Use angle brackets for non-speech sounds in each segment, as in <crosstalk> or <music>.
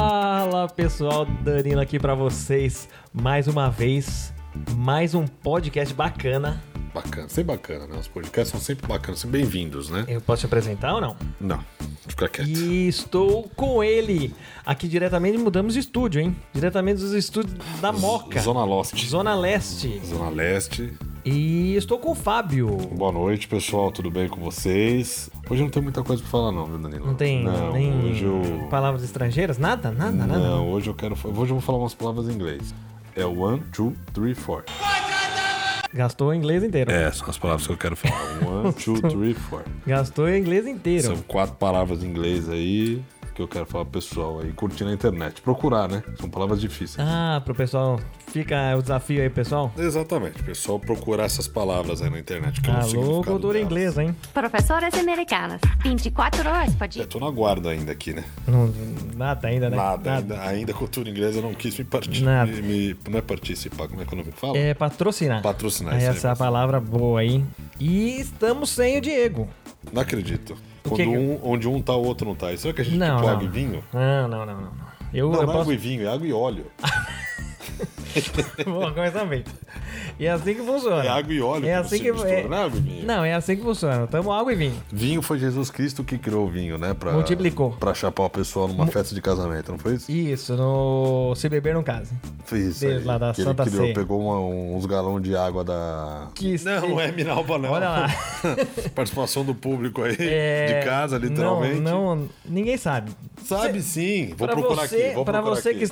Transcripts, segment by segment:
Fala pessoal, Danilo aqui pra vocês mais uma vez, mais um podcast bacana. Bacana, sempre bacana, né? Os podcasts são sempre bacanas, sempre bem-vindos, né? Eu posso te apresentar ou não? Não, fica quieto. E estou com ele aqui diretamente, mudamos de estúdio, hein? Diretamente dos estúdios da Moca, Zona Lost. Zona Leste. Zona Leste. E estou com o Fábio. Boa noite, pessoal. Tudo bem com vocês? Hoje não tem muita coisa pra falar, não, viu, Danilo? Não tem não, nem Ah, Hoje eu... palavras estrangeiras? Nada? Nada? Nada? Não, hoje eu quero... Hoje eu vou falar umas palavras em inglês. É one, two, three, four. Gastou o inglês inteiro. É, são as palavras que eu quero falar. <laughs> One, two, three, four. Gastou o inglês inteiro. São quatro palavras em inglês aí que eu quero falar pro pessoal aí. Curtir na internet. Procurar, né? São palavras difíceis. Ah, pro pessoal, fica o desafio aí, pessoal. Exatamente, pessoal procurar essas palavras aí na internet. Que eu não sei o Alô, significado cultura delas. inglesa, hein? Professoras americanas, 24 horas por Eu dia. tô na guarda ainda aqui, né? Não, nada ainda, né? Nada, ainda, ainda cultura inglesa não quis me participar. Nada. Me, me- não é participar, como é que eu não me falo? É patrocinar. Patrocinar, Aí isso aí, Essa é a parceiro. palavra boa aí. E estamos sem o Diego. Não acredito. O Quando que que- um, Onde um tá, o outro não tá. E será que a gente Não, tipo não. água e vinho? Não, não, não, não. não. Eu, Não, eu não é água <laughs> e posso. vinho, é água e óleo. Boa, começa bem. E é assim que funciona. É água e É óleo que assim você que mistura, não é água e vinho? Não, é assim que funciona. Tamo água e vinho. Vinho foi Jesus Cristo que criou o vinho, né? Pra, Multiplicou. Pra chapar o pessoal numa festa de casamento, não foi isso? Isso, no se beber não case. Foi isso. Desde aí, lá da que Santa ele criou, Ceia. pegou uma- uns galões de água da. Que Não, é Minalba, não. Olha lá. <laughs> Participação do público aí, É, de casa, literalmente. Não, não, ninguém sabe. Sabe sim. Vou Pra procurar você, aqui. Vou pra procurar você aqui.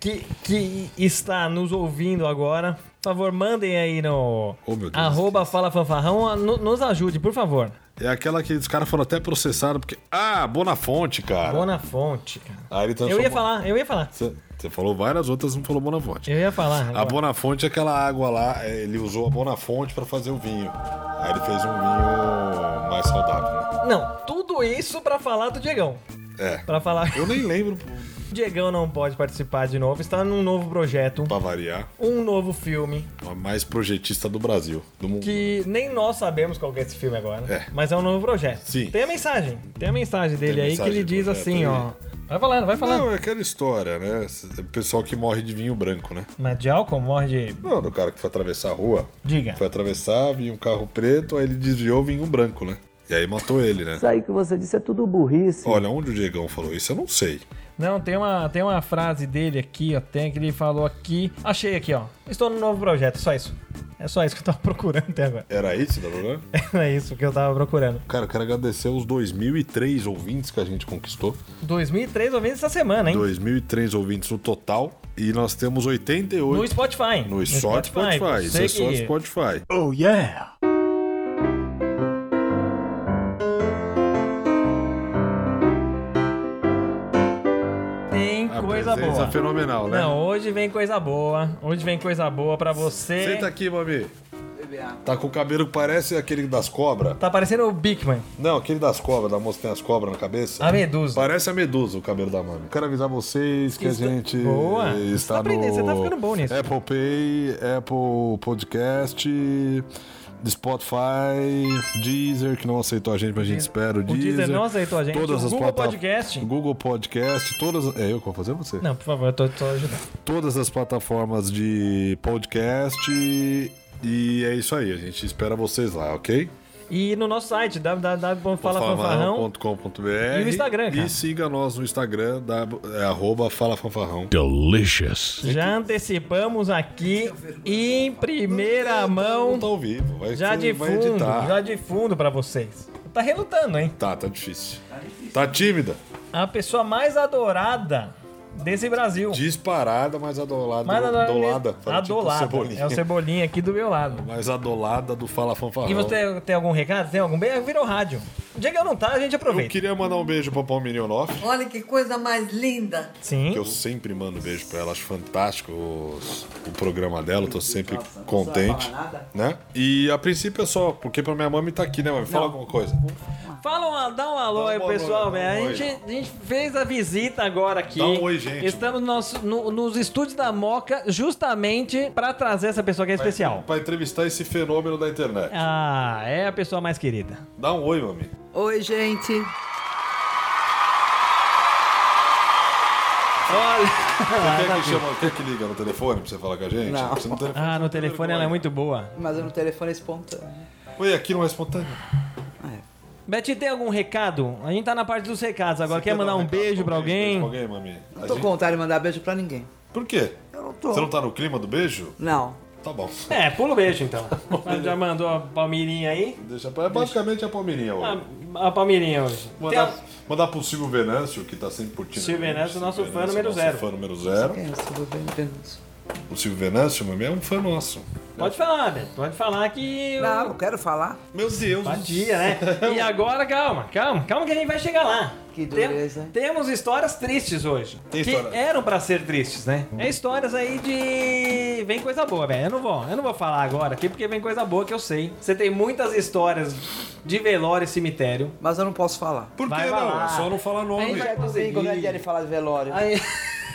Que, que, que está nos ouvindo agora, por favor, mandem aí no Oh, meu Deus. arroba Fala Fanfarrão, a- no- nos ajude, por favor. É aquela que os caras foram até processados, porque. Ah, Bonafonte, cara. Bona Fonte, cara. Aí Ah, ele tá Eu transformou- ia falar, eu ia falar. Você você falou várias outras, não falou Bonafonte. Eu ia falar. A agora. Bonafonte é aquela água lá, é, ele usou a Bonafonte pra fazer o vinho. Aí ele fez um vinho mais saudável, né? Não, tudo isso pra falar do Diegão. É. Pra falar <laughs> Eu nem lembro, o Diegão não pode participar de novo, está num novo projeto, pra variar, um novo filme, a mais projetista do Brasil, do mundo. que nem nós sabemos qual que é esse filme agora, É. mas é um novo projeto. Sim. Tem a mensagem, tem a mensagem dele Tem a aí mensagem que ele do diz projeto assim, aí. ó... Vai falando, vai falando. Não, é aquela história, né? O pessoal que morre de vinho branco, né? Mas de álcool morre de. Não, do cara que foi atravessar a rua. Diga. Foi atravessar, vinha um carro preto, aí ele desviou, vinha um branco, né? E aí matou ele, né? Isso aí que você disse é tudo burrice. Olha, onde o Diegão falou isso, eu não sei. Não, tem uma, tem uma frase dele aqui, ó. Tem que ele falou aqui. Achei aqui, ó. Estou no novo projeto, só isso. É só isso que eu tava <laughs> procurando até agora. Era isso, tá problema? Era isso que eu tava procurando. Cara, eu quero agradecer os 2003 ouvintes que a gente conquistou. 2003 ouvintes essa semana, hein? 2003 ouvintes no total. E nós temos 88 No Spotify. no só de Spotify. Isso Você é só que- de Spotify. Tem A coisa presença boa. Ah, fenomenal, né? Não, hoje vem coisa boa. Hoje vem coisa boa pra você. Senta aqui, Mami. Tá com o cabelo que parece aquele das cobras. Tá parecendo o Bigman, Não, aquele das cobras, da moça que tem as cobras na cabeça. a Ah, medusa. Parece a medusa o cabelo da mami. Quero avisar vocês que Isso- é a gente Boa. Você tá está no aprendendo, você tá ficando bom nisso. Apple Pay, Apple Podcast, Spotify, Deezer, que não aceitou a gente, mas a gente espera o Deezer Deezer. não aceitou a gente, Todas o as Google plata- Podcast. Google Podcast, todas... É eu que vou fazer ou você? Não, por favor, eu tô, tô ajudando. Todas as plataformas de podcast e é isso aí. A gente espera vocês lá, ok? E no nosso site, www.falafanfarrão. falafanfarrão.com.br E o Instagram, cara. E siga nós no Instagram, da, é, arroba falafanfarrão. delicious. Já antecipamos aqui em primeira Não mão, tá ao vivo, vai, já você de vai fundo, editar. já de fundo pra vocês. Tá relutando, hein? Tá, tá difícil. Tá tímida? A pessoa mais adorada desse Brasil. Disparada, mas adolada. Mais adorada. adolada. mesmo. fala tipo Adolada. Cebolinha. é o Cebolinha aqui do meu lado. Mas adolada do Fala Fanfarrão. E você é tem algum recado? Tem algum bem? Virou rádio. O dia que eu não tá, a gente Eu aproveita. queria mandar um beijo pra Palmini Onoff, Olha que coisa mais linda. Sim. que eu sempre mando beijo pra ela. Acho fantástico os- o programa dela, eu tô sempre contente. Né? E a princípio é só, porque pra minha mãe tá aqui, né, mãe? Fala alguma coisa. Fala um, dá um alô Dá um aí, alô, pessoal. dá um velho. a, oi. gente, a gente fez a visita agora aqui. Dá um oi, gente. Estamos no nosso- no- nos estúdios da Moca justamente pra trazer essa pessoa que é especial. Pra entrevistar esse fenômeno da internet. Ah, é a pessoa mais querida. Dá um oi, mami. Oi, gente. Olha! Quem é que chama, quem é que liga no telefone pra você falar com a gente? Não. Você no telefone. Ah, no telefone ela é muito boa. Mas no telefone é espontâneo. Oi, aqui não é espontâneo. Beth, tem algum recado? A gente tá na parte dos recados agora. Você Quer mandar dar um recado beijo pra alguém? Pra alguém, mami? A Não tô gente- com vontade de mandar beijo pra ninguém. Por quê? Eu não tô. Você não tá no clima do beijo? Não. <laughs> Tá bom. É, pula o beijo então. Já mandou a palmeirinha aí? Ah, Deixa pra... É basicamente a palmeirinha. ó. A, a palmeirinha hoje. Tem Mandar, a- mandar pro Silvio Venâncio, que tá sempre curtindo. Ah. Silvio a gente. Venâncio, nosso fã número nosso zero. fã número zero. Quem é esse do Ben Venâncio? O Silvio Venâncio, mami, é um fã nosso. Pode falar, Beto. Pode falar que. eu- Não, eu quero falar. Meu Deus. Badia, né? <laughs> E agora, calma, calma, calma que a gente vai chegar lá. Que Tem- dureza, hein? temos histórias tristes hoje. Tem que história. Uhum. eram pra ser tristes, né? É histórias aí de. Vem coisa boa, velho. Eu não vou, eu não vou falar agora aqui porque vem coisa boa que eu sei. Você tem muitas histórias de velório e cemitério. Mas eu não posso falar. é Por Vai que não? falar. É só não falar nome. Aí vai- domingo, né, dia de falar de velório. Aí.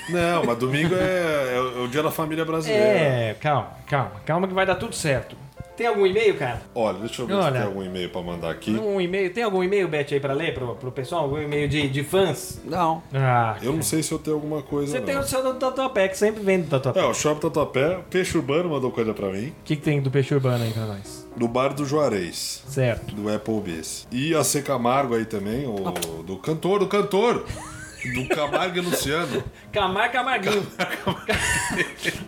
Não, mas domingo é, é o é o dia da família brasileira. É, calma, calma, calma que vai dar tudo certo. Tem algum e-mail, cara? Olha, deixa eu ver se Olha. tem algum e-mail pra mandar aqui. Um e-mail, tem algum e-mail, Beth, aí pra ler pro, pro pessoal? Algum e-mail de, de fãs? Não. Ah, Eu não sei se eu tenho alguma coisa, você não. tem o seu do Tatuapé, que sempre vem do Tatuapé. É, o Shopping Tatuapé, Peixe Urbano mandou coisa pra mim. O que, que tem do peixe urbano aí pra nós? Do Bar do Juarez. Certo. do Applebee's. E a C. Camargo aí também, o, do cantor, do cantor. Do Camargo e Luciano. Camar <laughs> Camarguinho.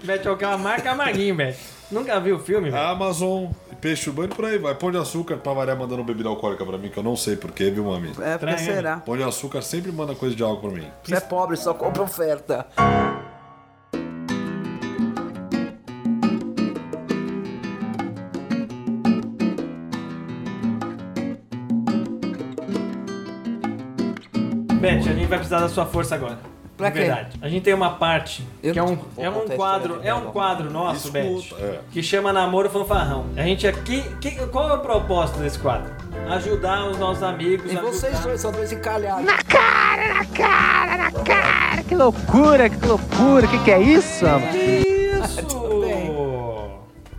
Mete o Camar Camarguinho, velho. Nunca viu o filme, velho? A Amazon, Peixe Urbano e por aí vai. Pão de Açúcar, pra variar, mandando bebida alcoólica pra mim, que eu não sei porquê, viu, mami? É porque Estranho, será. Pão de Açúcar sempre manda coisa de álcool pra mim. Você é pobre, só compra oferta. Beth, a gente vai precisar da sua força agora. Pra De quê? Verdade. A gente tem uma parte Eu que é não um, vou né? Tá é um contar a quadro, história de é um novo. quadro nosso, Beth, Escuta, é. que chama Namoro Fanfarrão. A gente aqui. que- qual é o propósito desse quadro? Ajudar os nossos amigos. E vocês ajudar- dois são dois encalhados. Que loucura, que loucura, o que, que é isso? Ama? <laughs> Isso! bem.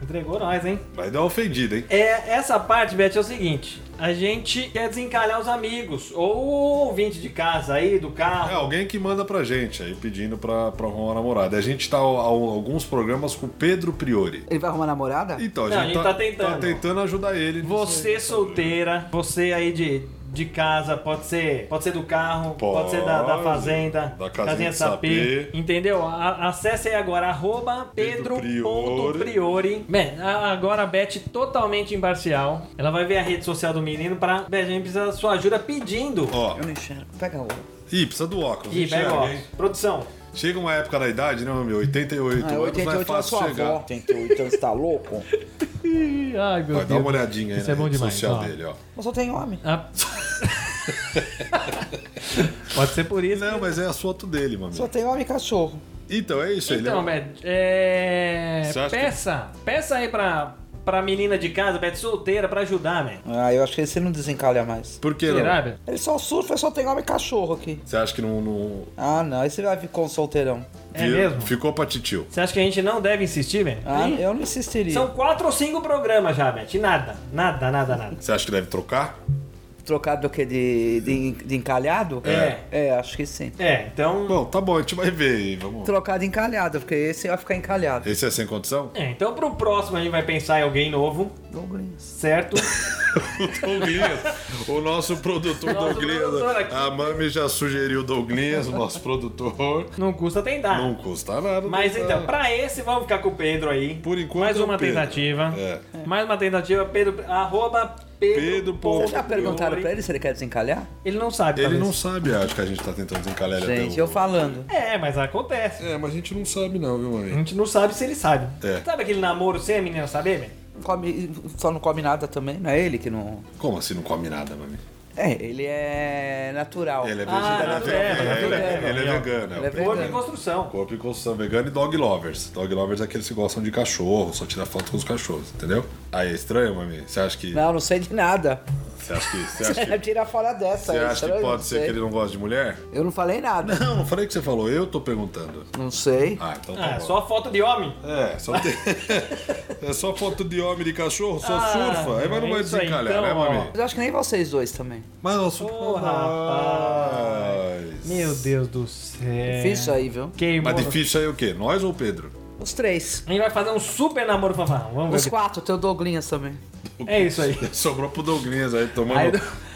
Entregou nós, hein? Vai dar ofendida, hein? É, essa parte, Beth, é o seguinte: a gente quer desencalhar os amigos, ou o ouvinte de casa aí, do É carro. alguém que manda pra gente aí, pedindo pra, pra arrumar uma namorada. A gente tá ao- ao- alguns programas com o Pedro Priori. Ele vai arrumar namorada? Então, a Não, gente, a gente tá tentando. tá tentando ajudar ele. Você solteira, você aí de, de casa, pode ser pode ser do carro, pode, Pode, ser da, da fazenda, da casinha de sapê. Entendeu? A- acesse aí agora, arroba Pedro pedro.priori. Man, a- agora a Beth totalmente imparcial. Ela vai ver a rede social do menino pra. Beth, a gente precisa da sua ajuda pedindo. Ó, Eu não enxergo. Pega o. ih, precisa do óculos. Ih, pega, enxerga, ó. hein? Produção. Chega uma época da idade, né, meu? 88 Ah, anos não é 88 é a fácil sua chegar. avó. 88 anos, tá louco? Ai, meu Vai dar uma olhadinha aí Isso na é bom rede demais, social ó. dele, ó. Mas só tem homem. Ah. <laughs> Pode ser por isso. né? Não, mas é a foto dele, mami. Só tem homem e cachorro. Então, é isso. Então, ele é... Beth, é... Você acha que- peça. Peça aí pra, pra menina de casa, Beth, solteira, pra ajudar, né? Ah, eu acho que esse não desencalha mais. Por que Será, não? Beth? Ele só surfa e só tem homem e cachorro aqui. Você acha que não... não... Ah, não. Esse vai ficar um solteirão. É viu? mesmo? Ficou pra titio. Você acha que a gente não deve insistir, Beth? Ah, Ih, eu não insistiria. São quatro ou cinco programas já, Beth. Nada, nada, nada, nada. Você acha que deve trocar? Trocado do que? De, de, de encalhado? É. É, acho que sim. É, então... Bom, tá bom, a gente vai ver aí. Vamos... Trocado encalhado, porque esse vai ficar encalhado. Esse é sem condição? <laughs> É, então pro próximo a gente vai pensar em alguém novo, É. Douglas. <laughs> certo? O Douglinhas, o nosso produtor Nosso Douglinhas. produtor aqui. A Mami já sugeriu o Douglinhas, o nosso produtor. Não custa tentar. Não custa nada. né? Mas tentar. então, pra esse, vamos ficar com o Pedro aí. Por enquanto Mais é o uma Pedro. tentativa. É. Mais uma tentativa, Pedro. Arroba Pedro. Pedro ponto. Vocês já perguntaram pra ele se ele quer desencalhar? Ele não sabe, Ele talvez. não sabe, acho que a gente tá tentando desencalhar ele até Gente, o- eu falando. É, mas acontece. É, mas a gente não sabe não, viu, A mami? gente não sabe se ele sabe. É. Sabe aquele namoro sem a menina saber, velho? É Come- só não come nada também, não é ele que não. Como assim não come nada, mami? É, ele é natural. Ele é Ah, vegano. tudo bem, mas ele, tudo é- bem, ele é Daniel. vegano. Ele é é o Corpo Vegano. em construção. Corpo e construção vegana e dog lovers. Dog lovers é aqueles que gostam de cachorro, só tirar foto com os cachorros, entendeu? Aí é estranho, mami. Você acha que. Não, não sei de nada. <laughs> Você É, acha que. Você acha que, Tira fora dessa. você aí, acha será? que Eu pode Tá não ser sei. que ele não gosta de mulher? Eu não falei nada. Não, não falei o que você falou, eu tô perguntando. <laughs> Não sei. Ah, então tá Ah, bom. só foto de homem? É, só tem... <laughs> é só foto de homem de cachorro, só Ah, surfa. Aí mas não é vai isso aí, desencalhar, então, né, mami? Mas eu acho que nem vocês dois também. Mas eu sou. Ô, rapaz. Meu Deus do céu. Difícil aí, viu? Queimou. Mas difícil aí o quê? Nós ou o Pedro? Os três. A gente vai fazer um super namoro fanfarrão. Vamos Os ver. quatro, tem o Douglinhas também. É isso aí. <laughs> Sobrou pro Douglinhas aí, tomando, Aí,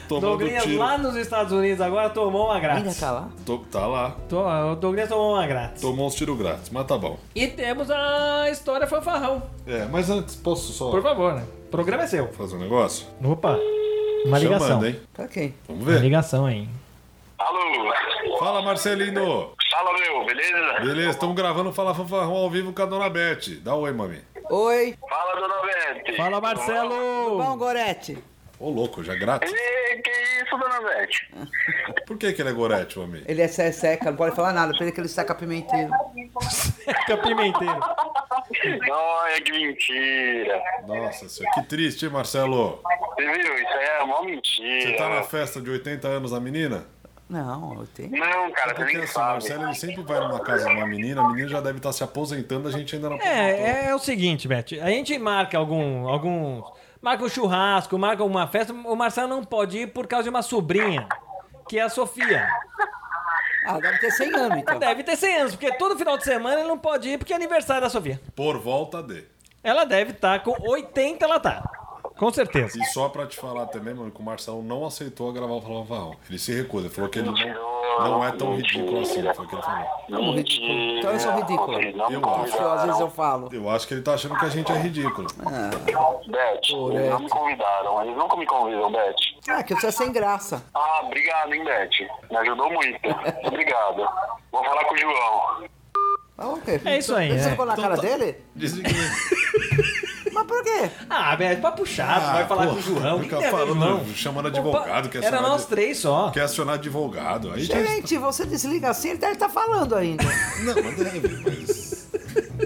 tomando Douglas tiro. lá nos Estados Unidos agora tomou uma Ainda grátis. tá lá? Tô- tá lá, Tô- O Douglas tomou uma grátis. tomou uns tiros grátis, mas tá bom. E temos a história fanfarrão. É, mas antes, posso só Por favor, né? O programa é seu. fazer um negócio? Opa, uma ligação. Chamando, hein? Pra quem? Vamos Uma ver. ligação aí. Alô, Fala, Marcelino. fala meu, beleza? Beleza, estamos gravando o Fala Fanfarrão ao vivo com a Dona Beth. Dá um oi, mami. Oi. Fala, dona Bete. Fala, Tá Bom, <laughs> Marcelo! Gorete. Ô, louco, já grátis. Ê, que isso, dona Bete? Por que que ele é gorete, mami? Ele é se- seca, não pode falar nada. Pena que ele seca pimenteiro. Fica pimenteiro. Olha que mentira. Nossa senhora, que triste, hein, Marcelo? Você viu? Isso aí é uma Você mentira. tá na festa de 80 anos da menina? Não, eu tenho. Não, cara, você Porque nem assim, o sabe. Marcelo ele sempre vai numa casa de uma menina, a menina já deve estar se aposentando, a gente ainda não aposentou. É, é o seguinte, Beth. A gente marca algum. algum marca um churrasco, marca uma festa. O Marcelo não pode ir por causa de uma sobrinha, que é a Sofia. Ah, deve ter 100 anos, então. Deve ter 100 anos, porque todo final de semana ele não pode ir porque é aniversário da Sofia. Por volta de. Ela deve estar com 80, ela tá. Com certeza. E só pra te falar também, mano, que o Marcelo não aceitou gravar o Fala Farrão. Ele se recusa, ele falou que ele não, não é tão ridículo assim, foi o que ele falou. Como ridículo. Então eu sou ridículo. Não Eu me acho. Eu, às vezes eu falo. Eu acho que ele tá achando que a gente é ridículo. Ah. convidaram. Bete, eles não me convidaram. Eles nunca me convidam, Bete. Ah, que você é sem graça. Ah, obrigado, hein, Bete. Me <laughs> ajudou muito. obrigado. Vou falar com o João. Ah, ok. É isso aí, Você é. ficou na cara dele? Desliguei. Mas por quê? Ah, Beth, papo chato, vai falar com o João. Fica que é, tem a ver, João? falando, chamando advogado, é quer Era acionar, nós ad- três só. quer acionar advogado. Aí já... Gente, você desliga assim, ele deve estar falando ainda. Não, mas deve, mas.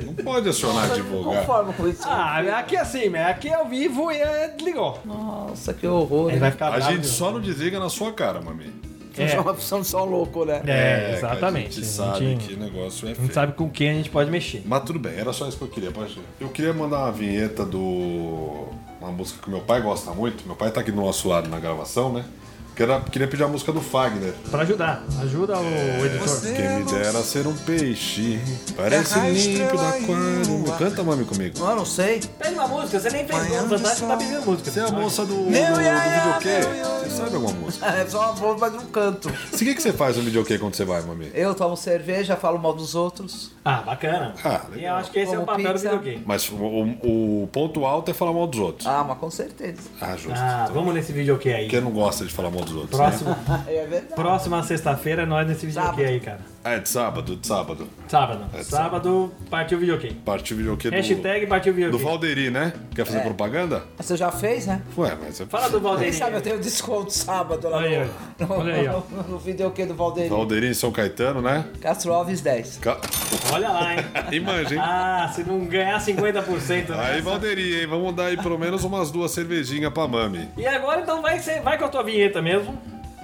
Não pode acionar Eu não me advogado. conformo com isso. Ah, aqui é assim, né? aqui é ao vivo e é desligou. Nossa, que horror. Ele vai ficar A bravo, gente viu? só não desliga na sua cara, mami. É. uma opção só louco, né? É, que exatamente. A gente sabe que o negócio é não feio. sabe com quem a gente pode mexer. Mas tudo bem, era só isso que eu queria, pode Eu queria mandar uma vinheta do. Uma música que meu pai gosta muito. Meu pai tá aqui do nosso lado na gravação, né? Queria, queria pedir a música do Fagner. Pra ajudar. Ajuda o É, editor. Quem me dera ser um peixe, parece límpido aquário. Canta, mami, comigo. Não, eu não sei. Pede uma música, você nem fez o Fantástico tá pedindo música. Você é a moça do, do, do videokê? Você sabe alguma música? É só uma voz, mas um canto. O que, que você faz no videokê quando você vai, mami? Eu tomo cerveja, falo mal dos outros. Ah, bacana. Ah, E eu legal. acho que esse é o Como papel pizza. do videogame. Mas o, o- o ponto alto é falar mal dos outros. Ah, mas com certeza. Ah, justo. Ah, vamos nesse videokê aí. Quem não gosta de falar mal dos outros, né? Próximo, Aí é verdade. próxima sexta-feira, é nós nesse videokê Sábado. aí, cara. Ah, é de sábado, de sábado. Sábado. É Sábado, partiu videokê. Partiu o videokê do... Hashtag partiu Do videokê. Valderi, né? Quer fazer propaganda? Você já fez, né? Ué, mas... é- Fala do Quem Valdeirinho. sabe eu tenho desconto sábado lá Olha aí, no, no, olha aí, ó. no, videokê do Valdeirinho. Valderi em São Caetano, né? Castro Alves 10. Ca- Olha lá, hein? Imagem, hein? Ah, se não ganhar 50%. né? Aí, Valderi, hein? Vamos dar aí pelo menos umas duas cervejinhas pra mami. E agora então vai, ser, vai com a tua vinheta mesmo.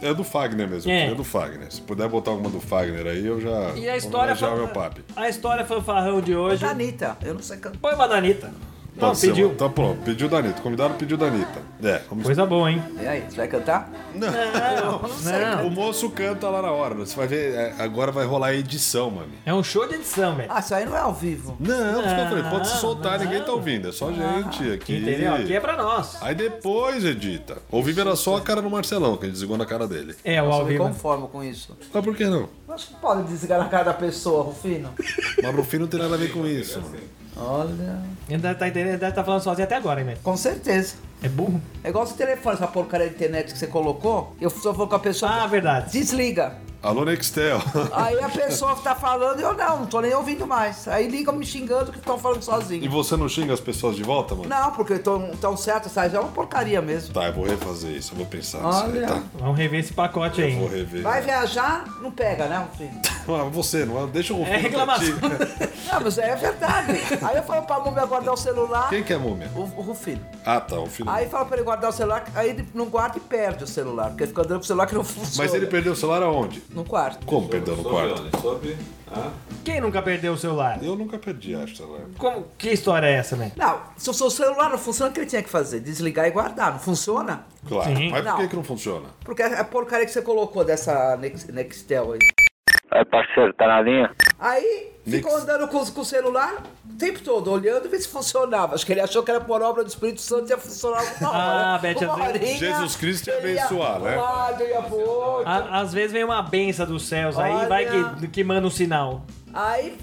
É do Fagner mesmo. É. É, do Fagner. Se puder botar alguma do Fagner aí, eu já... E a história. Já é fan- meu papi. A história fanfarrão de hoje. Anitta, eu não sei cantar. Põe uma da Anitta. Não, Pode ser, pediu. Tá pronto. Pediu da Anitta. Convidado pediu da Anitta. É. Vamos... Coisa boa, hein? E aí, você vai cantar? Não, não, sei. O moço canta lá na hora. Você vai ver. é, Agora vai rolar a edição, mami. É um show de edição, velho. Ah, isso aí não é ao vivo. Não, por isso que eu falei, pode se Não, soltar, Ah, não. Ah, ninguém tá ouvindo. É só gente aqui. Entendeu? Aqui é pra nós. Aí depois edita. Ao vivo era só a cara do Marcelão, que ele desligou na cara dele. É, o Eu ao me vivo. conformo com isso. Mas por que não? Eu Acho que pode desligar na cara da pessoa, Rufino. Mas no fim não tem nada a ver com isso. mano. Olha. Ele deve tá, entendendo, ele deve tá falando sozinho até agora, hein, velho? Com certeza. É burro? É igual esse telefone, essa porcaria de internet que você colocou. Eu só vou com a pessoa. Ah, verdade. Desliga. Alô, Nextel. Aí a pessoa tá falando e eu não, não tô nem ouvindo mais. Aí ligam me xingando que estão falando E sozinho. você não xinga as pessoas de volta, mano? Não, porque tão, tão certo, sabe? É uma porcaria mesmo. Tá, eu vou refazer isso, eu vou pensar nisso aí, Olha. tá? Vamos rever esse pacote aí. Vou rever. Vai viajar, não pega, né, Rufino? Ah, você, não é? Deixa o Rufino. É reclamação. pra ti. Não, mas é verdade. Aí eu falo pra Múmia guardar o celular. <laughs> Quem que é a múmia? O, o Rufino. Ah, tá, o filho. Aí fala pra ele guardar o celular, aí ele não guarda e perde o celular, porque ele fica andando com o celular que não funciona. Mas ele perdeu o celular aonde? No quarto. Como perdeu no quarto? Sobre <laughs> Quem nunca perdeu o celular? Eu nunca perdi, acho, o celular. Como, que história é essa, né? Não, se o seu celular não funciona, o que ele tinha que fazer? Desligar e guardar. Não funciona? Claro. Sim. Mas por que Não. que não funciona? Porque é a a porcaria que você colocou dessa Nex- Nextel aí. Aí, parceiro, tá na linha? Aí ficou Nex- andando com, com o celular o tempo todo, olhando e ver se funcionava. Acho que ele achou que era por obra do Espírito Santo e ia funcionar uma Ah, <laughs> hora. Beth, uma às vezes- horinha, Jesus Cristo ia ele ia- abençoar, né? o rádio ia pro outro. À- às vezes vem uma benção dos céus aí, Olha. vai que, que manda um sinal. Aí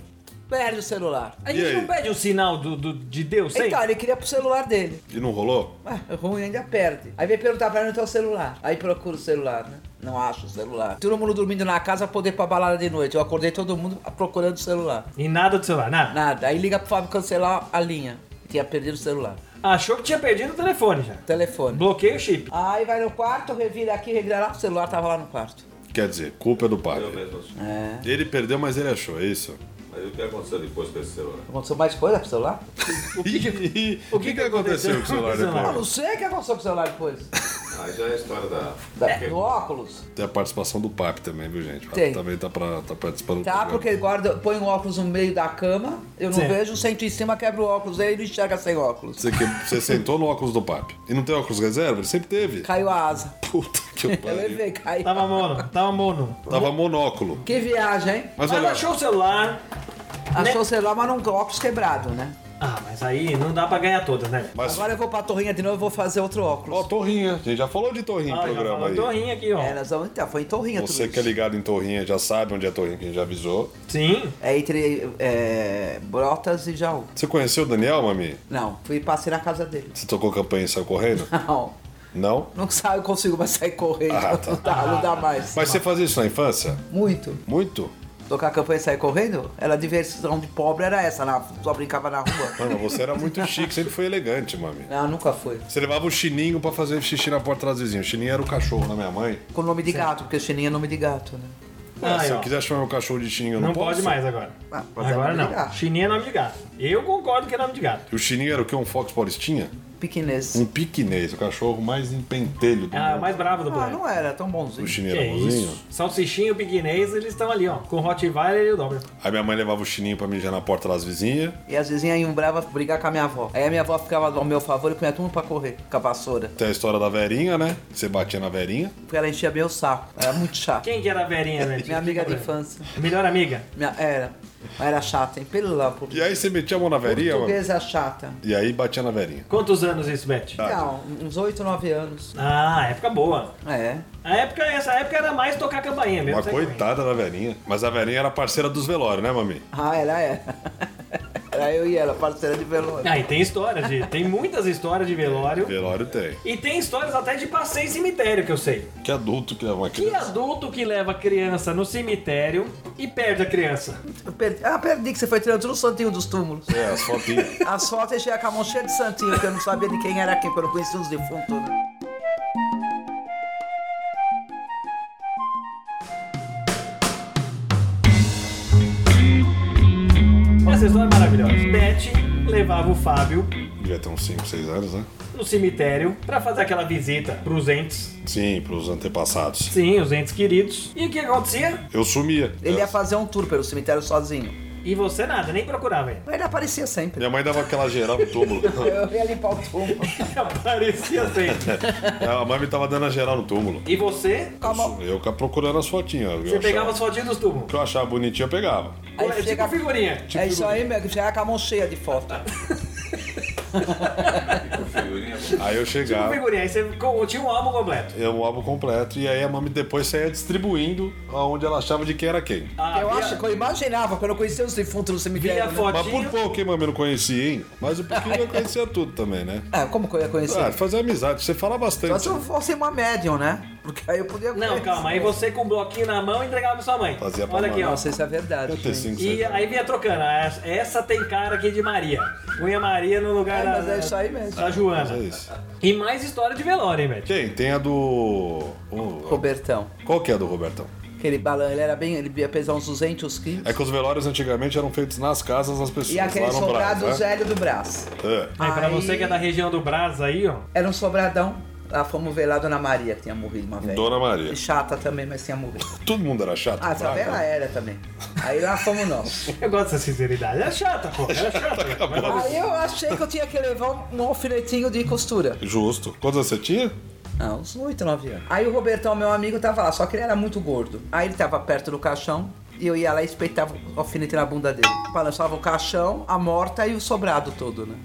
perde o celular. A E gente aí? não pede um sinal do, do- de Deus, sei? Então, ele queria pro celular dele. E não rolou? Ué, ruim ainda perde. Aí vem perguntar pra ele onde tá o celular. Aí procura o celular, né? Não acha o celular. Todo mundo dormindo na casa pra poder ir pra balada de noite. Eu acordei todo mundo procurando o celular. E nada do celular, nada. Nada. Aí liga pro Fábio cancelar a linha. Tinha perdido o celular. Achou que tinha perdido o telefone já. Telefone. Bloqueia o chip. Aí vai no quarto, revira aqui, revira lá, o celular tava lá no quarto. Quer dizer, culpa é do pai. eu mesmo. assim. É. Ele perdeu, mas ele achou, é isso? Aí o que aconteceu depois com esse celular? Aconteceu mais coisa pro celular? O <laughs> que, o que, que aconteceu com o celular É. Ah, não depois? sei o que aconteceu com o celular depois. <laughs> Aí já é a história da. É. Da- do óculos. Tem a participação do PAP também, viu, gente? O Papi Tem. Também tá, pra, tá participando do Tá, programa. porque ele guarda, põe o óculos no meio da cama, eu não Sim. vejo, sento em cima, quebra o óculos, aí ele enxerga sem óculos. Você, que- você sentou no óculos do PAP. E não tem óculos reserva? Ele sempre teve. Caiu a asa. Puta que Eu pariu. levei, caiu. Tava mono, tava mono. Tava monóculo. Que viagem, hein? Mas Mas olha, achou o celular. né? Achou o celular, mas não com o óculos quebrado, né? Ah, mas aí não dá pra ganhar todas, né? mas. Agora eu vou pra torrinha de novo e vou fazer outro Ó, óculos. Torrinha. A gente já falou de Torrinha no Olha, Ah, já programa falou aí. torrinha aqui, ó. É, nós vamos, então, foi em torrinha Você tudo que é isso. ligado em Torrinha já sabe onde é Torrinha, que a gente já avisou. Sim. É entre é, Brotas e Jaú. Você conheceu o Daniel, Mami? Não, fui passei na casa dele. Você tocou campanha e saiu correndo? Não, Não? não saio, eu consigo mais sair correndo. Ah, tá. Não dá, não dá mais. Mas você fazia isso na infância? Muito. Muito? Tocar a campanha e sair correndo? Era a diversão de pobre, era essa, na- só brincava <laughs> na rua. Mano, você era muito chique, sempre foi elegante, Mami. Não, nunca foi. Você levava o chininho pra fazer xixi na porta trasezinha. O chininho era o cachorro da minha mãe. Com nome de gato, porque chininha é nome de gato, né? Ah, Aí, se eu ó. quiser chamar meu cachorro de chininho, eu não, Não pode posso. mais agora. Ah, mas é Agora nome de não. gato. Chininha é nome de gato. Eu concordo que é nome de gato. O chininho era o que? Um Fox Paulistinha? Pequenês. Um piquinês, o cachorro mais empentelho do É a mundo. mais brava do Ah, planeta. não era tão O bonzinho. chininho Que era é bonzinho. isso? Salsichinho, piquinês, eles estão ali, ó. Com Rottweiler e o Dobra. Aí minha mãe levava o chininho pra mijar na porta das vizinhas. E as vizinhas iam bravas um brigar com a minha avó. Aí a minha avó ficava ao meu favor e punha todo mundo pra correr com a vassoura. Tem a história da verinha, né? Você batia na verinha. Porque ela enchia bem o saco. Era muito chata. Quem que era a verinha, né? Minha amiga de infância. Melhor amiga. Minha, era. Mas Era chata, hein? Pelo lá, por... E aí você metia a mão na verinha, mano. Portuguesa chata. E aí batia na verinha. Quantos anos isso, Beth? Tá. Não, uns 8, 9 anos. Ah, época boa. É. A época, essa época era mais tocar campainha mesmo. Uma sabe? coitada da verinha. Mas a verinha era parceira dos velórios, né, mami? Ah, ela era. <laughs> Era eu e ela, parceira de velório. Ah, e tem histórias de. Tem muitas histórias de velório. Velório tem. E tem histórias até de passeio em cemitério que eu sei. Que adulto que é uma Que criança. adulto que leva a criança no cemitério e perde a criança? Eu perdi- Ah, perdi que você foi tirando tudo o santinho dos túmulos. É, as fotinhas. As fotos eu cheguei com a mão cheia de santinho, que eu não sabia de quem era quem, porque eu não conhecia os defuntos. né? Essa história é maravilhosa. Beth levava o Fábio Devia ter uns 5, 6 anos, né? no cemitério pra fazer aquela visita pros entes. Sim, pros antepassados. Sim, os entes queridos. E o que acontecia? Eu sumia. Ele ia Eu- fazer um tour pelo cemitério sozinho. E você nada, nem procurava ele. <laughs> Mas ele aparecia sempre. Minha mãe dava aquela geral no túmulo. Eu ia limpar o túmulo. Aparecia sempre. a mãe me tava dando a geral no túmulo. E você? Com a mão. Eu ca- procurando as fotinhas. Eu Você pegava achava- as fotinhas dos túmulos. O que eu achava bonitinho, eu pegava. Aí É tipo chega- figurinha. É isso aí, meu, que já com a mão cheia de foto. Figurinha. Aí eu Tipo chegava. figurinha. Aí você co- tinha um álbum completo. Eu o álbum completo e aí a mami depois saía distribuindo aonde ela achava de quem era quem. Ah, eu via- acho que eu imaginava, quando eu conhecia os defuntos no Via cemitério. a né? Mas por fotinho. pouco, hein, mami, eu não conhecia, hein? Mas o pouquinho eu conhecia tudo também, né? É, como que eu ia conhecer? Ah, fazer amizade, você fala Só bastante. se eu fosse uma médium, né? Porque aí eu podia Não, conhecer. calma. Aí você com o bloquinho na mão entregava pra sua mãe. Fazia pra Olha aqui, ó. Nossa, isso é verdade. Eu tenho gente. cinco, E seis anos. aí vinha trocando. ah, Essa tem cara aqui de Maria. Punha Maria no lugar É, da, mas é isso aí mesmo. da Joana. É isso. E mais história de velório, hein, Beth? Tem, tem a do. o- Robertão. Qual que é a do Robertão? Aquele balão, ele era bem. Ele ia pesar uns 200 quilos. É que os velórios antigamente eram feitos nas casas das pessoas. E aquele lá no sobrado Brás, né? velho do braço. É. Aí, pra Aí- você que é da região do Brás aí, ó. <laughs> Era um sobradão. Lá fomos ver lá a Dona Maria, que tinha morrido uma vez. É. Dona Maria. Chata também, mas tinha morrido. Todo mundo era chato. pra Ah, Isabela caralho. era também. Aí lá fomos nós. Eu gosto dessa sinceridade. É chata, pô. É chata. <laughs> Tá Aí eu achei que eu tinha que levar um, um alfinetinho de costura. Justo. Quantos você tinha? Ah, uns 8, 9 anos. Aí o Robertão, meu amigo, tava lá, só que ele era muito gordo. Aí ele tava perto do caixão e eu ia lá e espetava o alfinete na bunda dele. Balançava o caixão, a morta e o sobrado todo, né?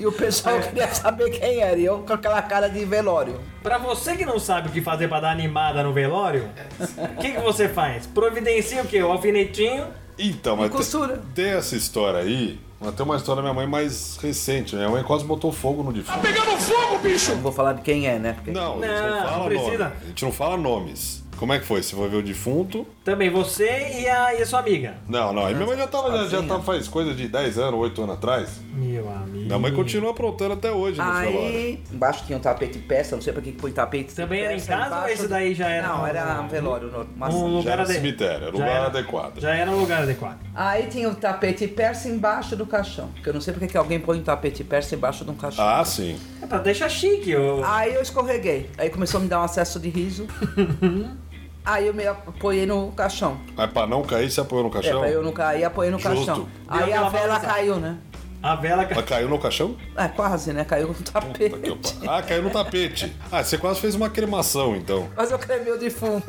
E o pessoal queria saber quem era, e eu com aquela cara de velório. Pra você que não sabe o que fazer pra dar animada no velório, o que, que você faz? Providencia o quê? O alfinetinho? Então, mas. tem- costura. Tem, essa história aí. Mas tem uma história da minha mãe mais recente. Minha mãe quase botou fogo no defunto. Não vou falar de quem é, né? Porque- Não, a gente Não, não fala não nomes. precisa. A gente não fala nomes. Como é que foi? Você foi ver o defunto? Também você e a, e a sua amiga. Não, não. Aí minha mãe já tava, já, Assim, já né? tava faz coisa de 10 anos, 8 anos atrás. Meu amigo. Minha mãe continua aprontando até hoje nos velórios. Hum. Aí, embaixo tinha um tapete de peça, não sei pra que que põe tapete. de Também era em peça, casa ou embaixo esse do- daí já era- Não, era um velório, no- uma- Um lugar Já era ade- cemitério, já lugar era- adequado. Já era um lugar adequado. Aí tinha o tapete persa embaixo do caixão. Porque eu não sei porque que alguém põe um tapete persa embaixo de um caixão. Ah, sim. É pra deixar chique. ô. Aí eu escorreguei. Aí começou a me dar um acesso <laughs> de riso. Aí eu me apoiei no caixão. Mas pra não cair, você apoiou no É, caixão? pra eu não cair, apoiei no Justo. caixão. Deu Aí a aquela vela balançada. caiu, né? A vela ca- <laughs> Mas caiu no caixão? É, quase, né? Caiu no Aqui, opa. tapete. Ah, caiu no tapete. Ah, você quase fez uma cremação, então. Mas eu cremei o <laughs> defunto.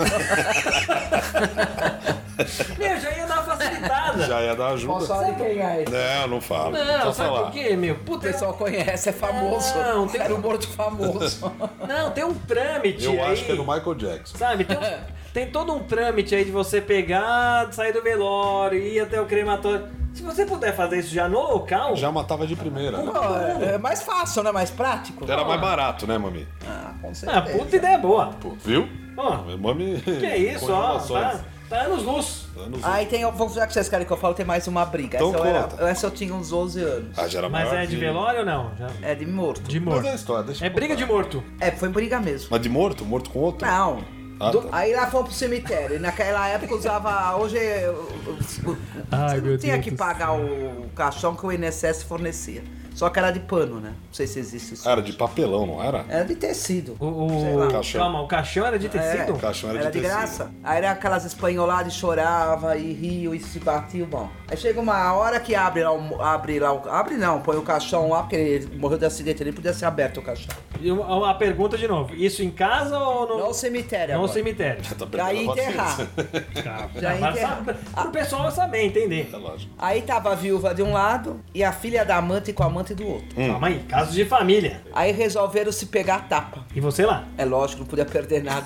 Meu, já ia dar uma facilitada. <laughs> Já ia dar ajuda. Não só de quem é. esse. Não, não fala. Não, Só sabe falar. por quê, meu? O Puta, pessoal conhece, é famoso. Não, tem- Era um morto <laughs> famoso. não, tem um trâmite Eu aí. acho que é do Michael Jackson. Sabe? Tem, um- tem todo um trâmite aí de você pegar, sair do velório, ir até o crematório. Se você puder fazer isso já no local, Já matava de primeira. né? Pô, é, é mais fácil, né? Mais prático. Era mais barato, né, mami? Ah, com Ah, certeza. puta ideia boa. Pô, viu? Ó, Mami. que é isso, ó. Tá, tá anos luz. Anos- Aí tem, vamos já que vocês querem que eu falo, tem mais uma briga. Então essa, eu era- conta. essa eu tinha uns 11 anos. Ah, já era Mas é de maiorzinho. velório ou não? Já- É de morto. De Mas é a morto. história, deixa É eu briga de contar. morto. É, foi briga mesmo. Mas de morto? Morto com outro? Não. Ah, Do- tá. Aí lá fomos pro cemitério. E naquela época usava. Hoje. eu- eu- eu- Ai, você não meu tinha Deus que do pagar o caixão que o INSS fornecia. Só que era de pano, né? Não sei se existe isso. Era de papelão, não era? Era de tecido. O, o- Sei lá. Caixão. Calma, o caixão era de tecido? O caixão era, Era de tecido. graça. Aí era aquelas espanholadas e chorava e riam e se batiam, bom. Aí chega uma hora que abre lá, o- abre lá, o- abre não, põe o caixão lá, porque ele morreu de acidente, ele podia ser aberto o caixão. E uma- a pergunta de novo. Isso em casa ou no, Não o cemitério no agora. cemitério? Tá perdendo Pra a é enterrar. paciência. Já tá Mas enterra- sabe- Ah. Pro pessoal saber, entender. <laughs> É lógico. Aí tava a viúva de um lado e a filha da amante com a amante do outro. Hum. Calma aí, casos de família. Aí resolveram se pegar a tapa. E você lá? É lógico, não podia perder <laughs> nada.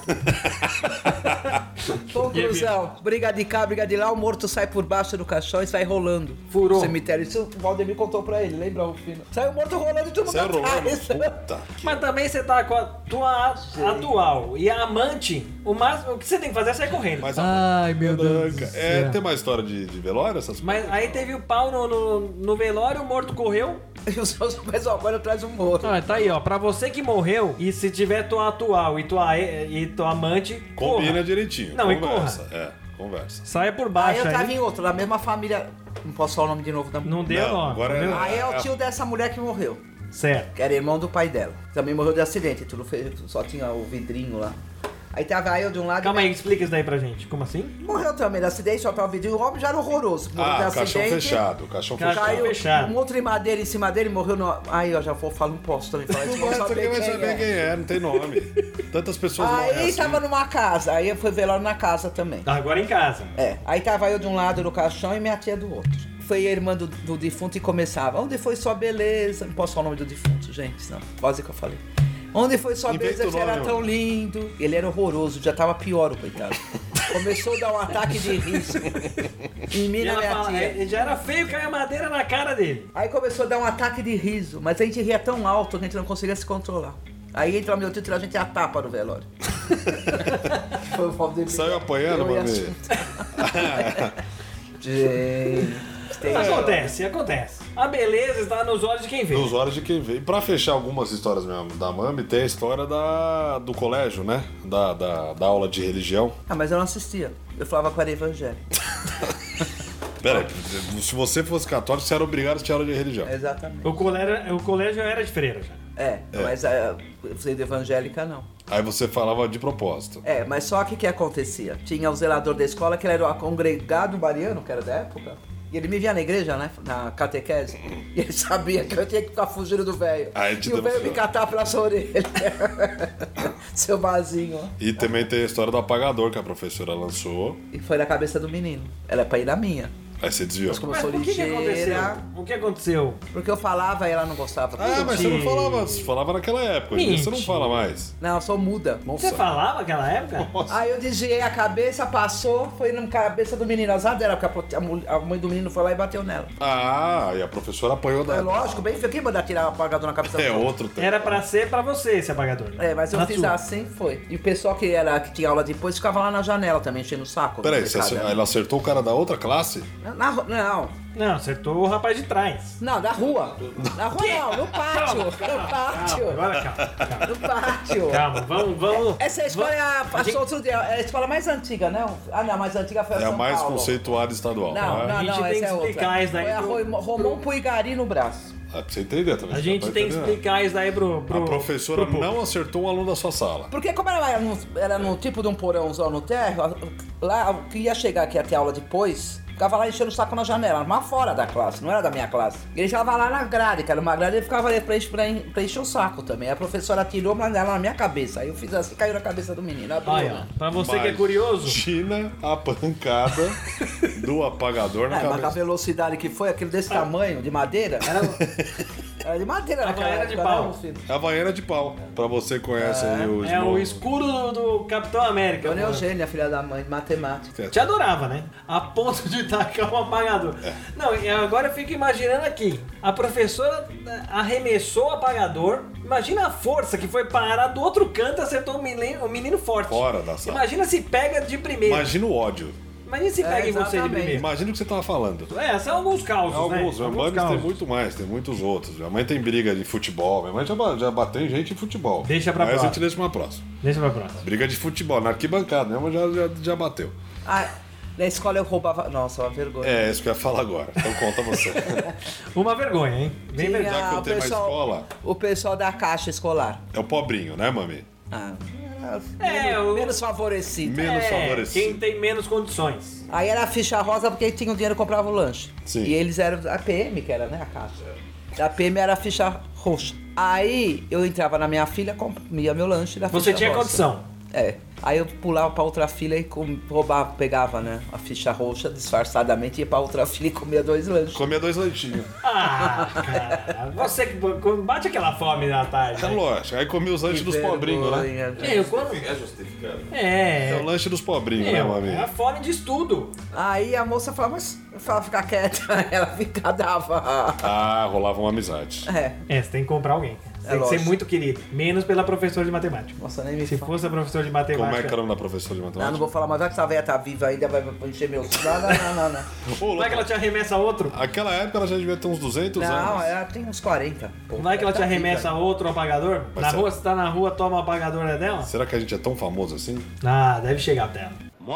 Conclusão. Briga de cá, briga de lá, o morto sai por baixo do caixão e sai rolando. Furou. O cemitério. Isso o Valdemir contou pra ele, lembra o final. Sai o morto rolando e todo mundo Você é rolando. atrás. <laughs> Puta. que- Mas também você tá com a tua a- atual e a amante, o máximo o que você tem que fazer é sair correndo. Mas a Ai, meu Deus. É, tem mais história de, de velório, essas Mas aí teve o pau no, no, no velório, o morto correu. E os seus pessoal agora atrás do morto. Ah, tá aí, ó. Pra você que morreu, e se tiver tua atual e tua, e, e tua amante, Combina corra. direitinho. Não, e conversa. É, conversa. Saia por Aí baixo eu tava aí. em outro, da mesma família. Não posso falar o nome de novo da mulher. Não deu, né? Não, ó. agora é- Aí é o tio dessa mulher que morreu. Certo. que era irmão do pai dela. Também morreu de acidente, tudo fe- só tinha o vidrinho lá. Aí tava eu de um lado. Calma aí, explica isso daí pra gente. Como assim? Morreu também de acidente, só pra o vidrinho. O homem já era horroroso. Morreu Ah, de caixão acidente. fechado. Caixão Caiu. fechado. Caiu Fechado. um outro de madeira em cima dele, morreu no. Aí eu já vou falar, não posso <laughs> também falar isso. Não vou vai, saber ninguém vai quem saber é. quem é, não tem nome. Tantas pessoas morrem Aí assim. tava numa casa, aí eu fui velório na casa também. Agora em casa. É, aí tava eu de um lado do caixão e minha tia do outro. Foi a irmã do, do defunto e começava. Onde foi sua beleza? Não posso falar o nome do defunto, gente, senão quase que eu falei. Onde foi sua Inventa beleza o que nome, era mano. tão lindo? Ele era horroroso, já tava pior o coitado. Começou a dar um ataque de <laughs> riso em mim E e na ela minha fala, tia. é, já era feio, caiu a madeira na cara dele. Aí começou a dar um ataque de riso, mas a gente ria tão alto que a gente não conseguia se controlar. Aí entra meu tio e tira a gente a tapa <laughs> no velório. Foi o Valdemir. Saiu apanhando, Eu e a mami. Gente. Acontece, acontece. A beleza está nos olhos de quem vê. Nos olhos de quem vê. E pra fechar algumas histórias mesmo da Mami, tem a história da, do colégio, né? Da, da, da aula de religião. Ah, mas eu não assistia. Eu falava com a evangélica. Peraí, se você fosse católico, você era obrigado a tirar aula de religião. Exatamente. O colégio, o colégio era de freira já. É, mas a sendo evangélica não. Aí você falava de propósito. É, mas só que o que acontecia? Tinha o zelador da escola, que ele era o congregado mariano, que era da época. E ele me via na igreja, né? Na catequese. E ele sabia que eu tinha que ficar fugindo do velho. Ah, ele te E o velho me denunciou. catar pela sua orelha. <laughs> Seu vasinho. ó. E também tem a história do apagador que a professora lançou. E foi na cabeça do menino. Ela é pra ir na minha. Aí você desviou. Mas como assim? Mas eu sou o que, que aconteceu? ligeira. O que aconteceu? Porque eu falava e ela não gostava. Ah, mas você não falava, você falava naquela época. hoje em dia Você não Mentira. fala mais. Não, eu sou muda. Você falava naquela época? Aí eu desviei a cabeça, passou, foi na cabeça do menino. Azar dela, porque a pro- a, mu- a mãe do menino foi lá e bateu nela. Ah, e a professora apanhou É da. lógico, bem feio. Quem mandar tirar o apagador na cabeça É do outro tempo. Era pra ser pra você esse apagador. É, mas eu Na fiz sua. assim, foi. E o pessoal que, era, que tinha aula depois ficava lá na janela também, enchendo o saco. Peraí, você Molecada. acer- ela acertou o cara da outra classe? Na ru- não, Não, acertou o rapaz de trás. não, na rua. Na rua não, no pátio. Calma, calma, No pátio. calma, agora calma, calma. No pátio. Calma, vamos, vamos. Essa escola é a, a, gente- outro dia, é a escola mais antiga, não? Ah, não, a mais antiga foi a É a São mais Paulo. conceituada estadual. Não, né? não, A gente não, tem essa é que explicar outra. isso daí Foi a pro- Ro- Romão Puigari no braço. É pra você entender também. A você gente tá tem que entendendo. explicar isso daí pro. pro A professora pro público. não acertou um aluno da sua sala. Porque como ela era num, era num tipo de um porãozão no térreo, lá o que ia chegar aqui até aula depois, ficava lá enchendo o saco na janela, mas fora da classe, não era da minha classe. Ele ficava lá na grade, que era uma grade, ele ficava ali pra, enche- pra en- pra encher o saco também. A professora tirou, mas ela na minha cabeça. Aí eu fiz assim, caiu na cabeça do menino. abriu, Aí, ó. né? Pra você que é Mas curioso, China, a pancada do apagador na É, mas a cabeça. velocidade que foi, aquilo desse tamanho, de madeira, era, um, <laughs> era de madeira naquela Era de época, né, pau. meu filho? É A Havaiana de pau. Pra você que conhece aí os. é o nomes. escuro do, do Capitão América. Dona mano. Eugênia, filha da mãe, matemática. Te adorava, né? A ponto de tacar um apagador. Não, e agora eu fico imaginando aqui. A professora eh, arremessou o apagador. Imagina a força que foi parar do outro canto e acertou o menino, o menino forte. Fora da sala. Imagina se pega de primeira. Imagina, Imagina o ódio. se É, pega em você de exatamente. primeira. Imagina o que você tava falando. É, são alguns causos, Alguns, né? minha mãe tem muito mais, tem muitos outros. Minha mãe tem briga de futebol, minha mãe já, ba- já bateu em gente em futebol. Deixa pra Mas próxima. eu te deixo uma próxima. Deixa pra próxima. Briga de futebol, na arquibancada, minha mãe já, já, já bateu. Ah, na escola eu roubava... Nossa, uma vergonha. É, isso que eu ia falar agora. Então <laughs> conta você. Uma vergonha, hein? Bem Tinha vergonha. Já que eu o tenho uma escola. O pessoal da caixa escolar. É o pobrinho, né, mami? Ah, É, o... menos favorecido. Menos é, favorecido. Quem tem menos condições. Aí era a ficha rosa porque quem tinha o dinheiro comprava o lanche. Sim. E eles eram a PM, que era, né, a caixa. A PM era a ficha roxa. Aí eu entrava na minha filha, comia meu lanche da Você ficha tinha rosa. condição. É. Aí eu pulava pra outra fila e com- roubava, pegava, né, a ficha roxa disfarçadamente ia pra outra fila e comia dois lanches. Comia dois leitinhos. Ah, cara. Você que bate aquela fome na tarde. É né? lógico. Aí comia os lanches dos pobrinhos, né? Vergonha. É, eu quando... É justificado. É É, o lanche dos pobrinhos, né, meu, é a mami? fome de estudo. Aí a moça falava, mas fala, ficar quieta. <laughs> Ela fica, dava. Ah, rolava uma amizade. É. É, você tem que comprar alguém. Você tem que ser lógico. muito querido. Menos pela professora de matemática. Nossa, nem me Se fala. fosse a professora de matemática... Como é que era o nome da professora Ah, de matemática? Não, não vou falar mais, vai que essa velha tá viva ainda, vai encher meu. Não, não, não, não. Não, Ô, Vai é que ela te arremessa outro? Aquela época ela já devia ter uns 200 não é. anos. ela tem uns 40. pô. Vai é que ela Tá te viva. arremessa outro apagador? Mas na será- rua, você tá na rua, toma o apagador né, dela? Será que a gente é tão famoso assim? Ah, deve chegar até ela. um.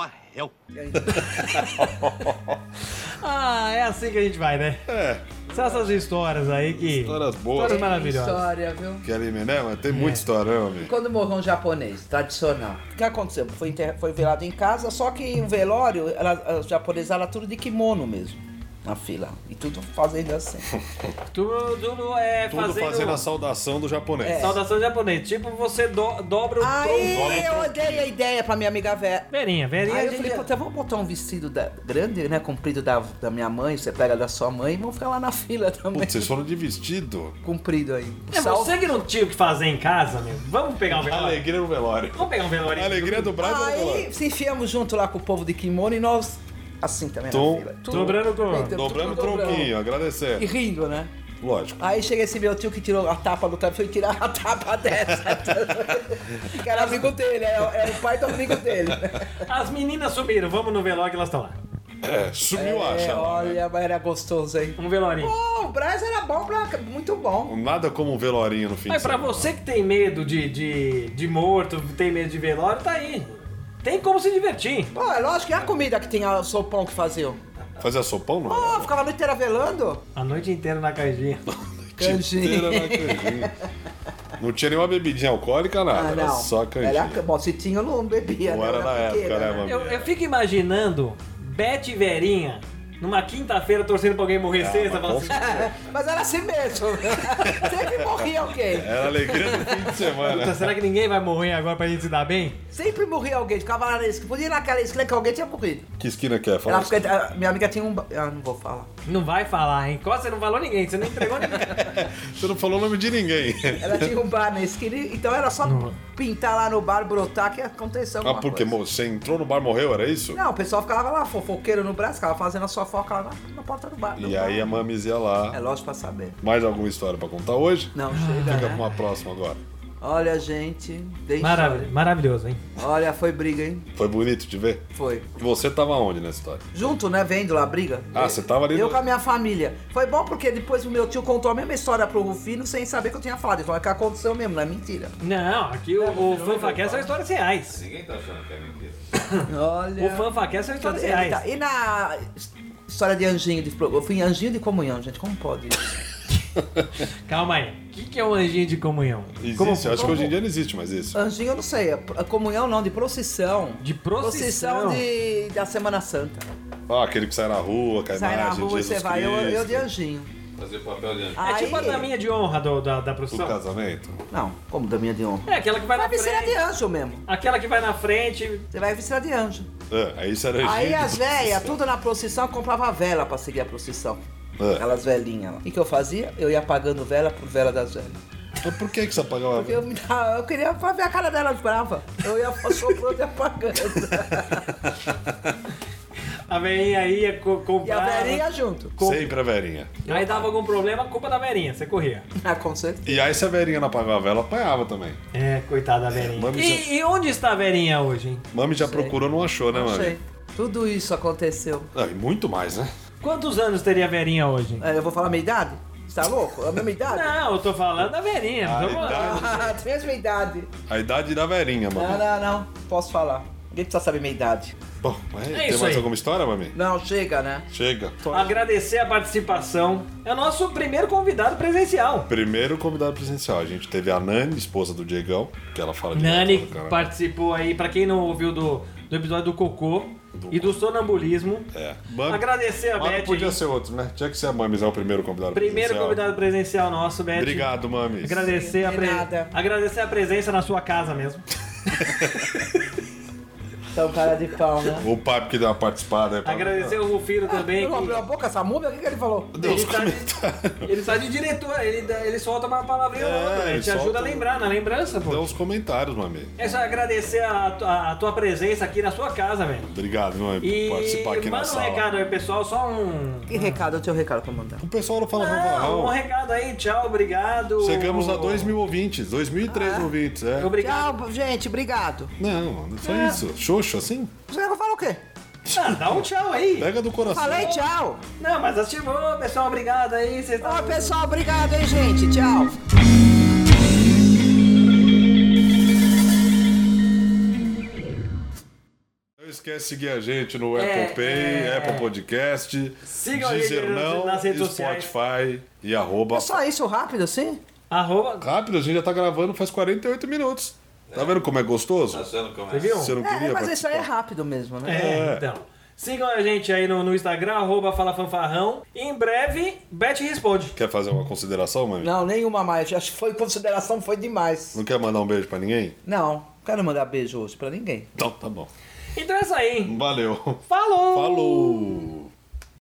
Ah, é assim que a gente vai, né? É, São essas histórias aí que... histórias boas. Histórias maravilhosas. História, viu? Que anime, né, mano? Tem muita história, né, mami? Quando morreu um japonês, tradicional. O que aconteceu? Foi, enterra- foi velado em casa, só que o velório, ela, os japoneses eram tudo de kimono mesmo. Na fila. E tudo fazendo <laughs> assim. Tudo, tudo é Tudo fazendo... assim. a saudação do japonês. Saudação japonês. Tipo, você do- dobra o tronco. Aí eu odeio a ideia pra minha amiga Vera. Verinha, Verinha. Aí eu a falei, gente- puta, vamos botar um vestido da- grande, né? Comprido da, da minha mãe, você pega da sua mãe e vamos ficar lá na fila também. Putz, vocês foram de vestido. <laughs> Comprido aí. É Salto. você que não tinha o que fazer em casa, meu. Vamos pegar um velório. Alegria no velório. Vamos pegar um velório. Alegria do Brasil no velório. Aí se enfiamos junto lá com o povo de kimono e nós, assim também Tom- na fila. Tudo- Dobrando o corpo. tudo Dobrando o dobrando. tronquinho, E agradecendo. rindo, né? Lógico. Aí chega esse meu tio que tirou a tapa do cara, foi tirar a tapa dessa. <laughs> que <laughs> era amigo dele, era, era o pai do amigo dele. As meninas subiram. Vamos no velório que elas estão lá. É, sumiu a É, acha. lá, né? olha, mas era gostoso, hein? Um velorinho. Pô, o Braz era bom pra. Muito bom. Nada como um velorinho no fim Mas de pra semana. você que tem medo de, de, de morto, tem medo de velório, tá aí. Tem como se divertir. Pô, é lógico, e a comida que tem o sopão que faziam? Fazia sopão, não? Pô, ficava a noite inteira velando? A noite inteira na caixinha. Canjinha. Era na canjinha. Não tinha nenhuma bebidinha alcoólica, nada. Era só canjinha. Ah, Era, bom, se tinha, eu não bebia. Não né? era na pequena, época, né, mano? Eu, eu fico imaginando Bete e Verinha numa quinta-feira torcendo pra alguém morrer sexta. Ah, mas falando com assim, Mas era assim mesmo. <laughs> Sempre morria alguém. Era É alegria do fim de "Puta, semana. será que ninguém vai morrer agora pra gente se dar bem? Sempre morria alguém. Ficava lá na esquina. Podia ir naquela esquina que alguém tinha morrido. Que esquina que é? Fala Ela assim. fica- a minha amiga tinha um. ba- Ah, não vou falar. Não vai falar, hein? Costa, você não falou ninguém, <laughs> você não entregou ninguém. Você não falou o nome de ninguém. Ela tinha um bar na esquina, então era só pintar lá no bar, brotar, que aconteceu alguma Ah, porque coisa. mo- você entrou no bar morreu, era isso? Não, o pessoal ficava lá, fofoqueiro no braço, ficava fazendo a sua foca lá na, na porta do bar. do E bar. aí a mames ia É lá. lógico pra saber. Mais alguma história pra contar hoje? Não, chega, Fica pra né? uma próxima agora. Olha, gente, deixa. Maravilhoso, maravilhoso, hein? Olha, foi briga, hein? Foi bonito de ver? Foi. E você tava onde nessa história? Junto, né? Vendo lá a briga. Ah, você tava ali Eu no- com a minha família. Foi bom porque depois o meu tio contou a mesma história pro Rufino sem saber que eu tinha falado. Então é que aconteceu mesmo, não é mentira. Não, aqui o, o FanfaCast são histórias reais. Ninguém tá achando que é mentira. Olha. O FanfaCast são histórias Ele reais. tá- E na his- história de anjinho de pro- Eu fui em anjinho de comunhão, gente. Como pode isso? tá- Calma aí. O que, que é um anjinho de comunhão? Existe, Como- acho que como- hoje em dia não existe mais isso. Anjinho, eu não sei. é pro- Comunhão não, de procissão. De procissão. de, da Semana Santa. Ah, aquele que sai na rua, cai Sai na imagem, rua e É, Jesus você vai. Eu, eu Cristo, de anjinho. Fazer papel de anjo. É Aí- tipo a daminha de honra do- da, da Do profissão. casamento. Não, como da minha de honra. É aquela que vai na Vai viscerar de frente. anjo mesmo. Aquela que vai na frente. Você vai viscerar de anjo. Ah, aí isso era Aí gente. as velhas, tudo na procissão, comprava vela pra seguir a procissão. É. Aquelas velhinhas lá. E que eu fazia? Eu ia apagando vela por vela das velhas. Mas por que, que você apagava a Porque eu, me dava- eu queria ver a cara delas brava. Eu ia soprando e apagando. A velhinha ia co E a comprar. velhinha junto. com- Sempre a verinha. Aí dava algum problema, culpa da velhinha. Você corria. Ah, com certeza. E aí se a verinha não apagava, ela apanhava também. É, coitada da velhinha. mami, já- E, e onde está a velhinha hoje, hein? Mami já procurou, não achou, né, Não é. sei. Mami? Tudo isso aconteceu. Ah, e muito mais, né? Quantos anos teria a velhinha hoje? É, Eu vou falar a minha idade? Você tá louco? A mesma idade? Não, eu tô falando da velhinha. A não tô falando- idade, <laughs> Ah, a mesma idade. a idade da verinha, Não, Mami. não, não. Posso falar. Ninguém precisa saber minha idade. Bom, mas É tem isso mais aí. alguma história, Mami? Não, chega, né? Chega. Agradecer a participação. É o nosso primeiro convidado presencial. Primeiro convidado presencial, a gente teve a Nani, esposa do Diegão, que ela fala de Nani participou aí, pra quem não ouviu do, do episódio do Cocô e do sonambulismo. É. Mami- Agradecer a Mas não Beth. podia aí. ser outro, né? Tinha que ser a Mami, é o primeiro convidado Primeiro presencial. convidado presencial nosso, Beth. Obrigado, Mami. Agradecer a, De pre- nada. agradecer a presença na sua casa mesmo. Então, cara de pau, né? O papo que deu uma participada aí pra Agradecer o Rufino também. Ele que- abriu a boca, essa múmia? O que, que ele falou? Deus, ele tá- comentários. Ele sai de diretor, ele, dá- ele solta uma palavrinha ou É, outra, ele ele te ajuda solta a um- lembrar, na lembrança, pô. Deu uns comentários, Mami. É só agradecer a, tu- a- a tua presença aqui na sua casa, velho. Obrigado, Mami, E por participar aqui na manda um sala. recado aí, pessoal, só um. Que recado? Eu tenho um recado pra mandar. O pessoal não Ah, fala um fanfarrão. recado aí, tchau, obrigado. Chegamos a 2 mil ouvintes, Ah. 2003 ouvintes, é. Obrigado. Tchau, gente. Obrigado. Não, não só É. isso. Xoxo, assim? Você não falou o quê? Ah, dá um tchau aí. Pega do coração. Falei tchau. Não, mas ativou, pessoal, obrigado aí. tá- Vocês Ó, tão- pessoal, obrigado, hein, gente. Tchau. Não esquece de seguir a gente no É, Apple Pay, é. Apple Podcast, Sigam a Deezer gente nas- não, nas redes sociais. Spotify e arroba. É só isso rápido, assim? Arroba. Rápido, a gente já tá gravando faz 48 minutos. Tá vendo como é gostoso? Tá achando como Você é? viu? Você não É, queria mas isso aí é participar? rápido mesmo, né? É, então. Sigam a gente aí no, no Instagram, arroba Fala Fanfarrão. Em breve, Beth responde. Quer fazer uma consideração, mami? Não, nenhuma mais. Acho que foi consideração, foi demais. Não quer mandar um beijo pra ninguém? Não, quero mandar beijo hoje pra ninguém. Então, tá bom. Então é isso aí. Valeu. Falou! Falou!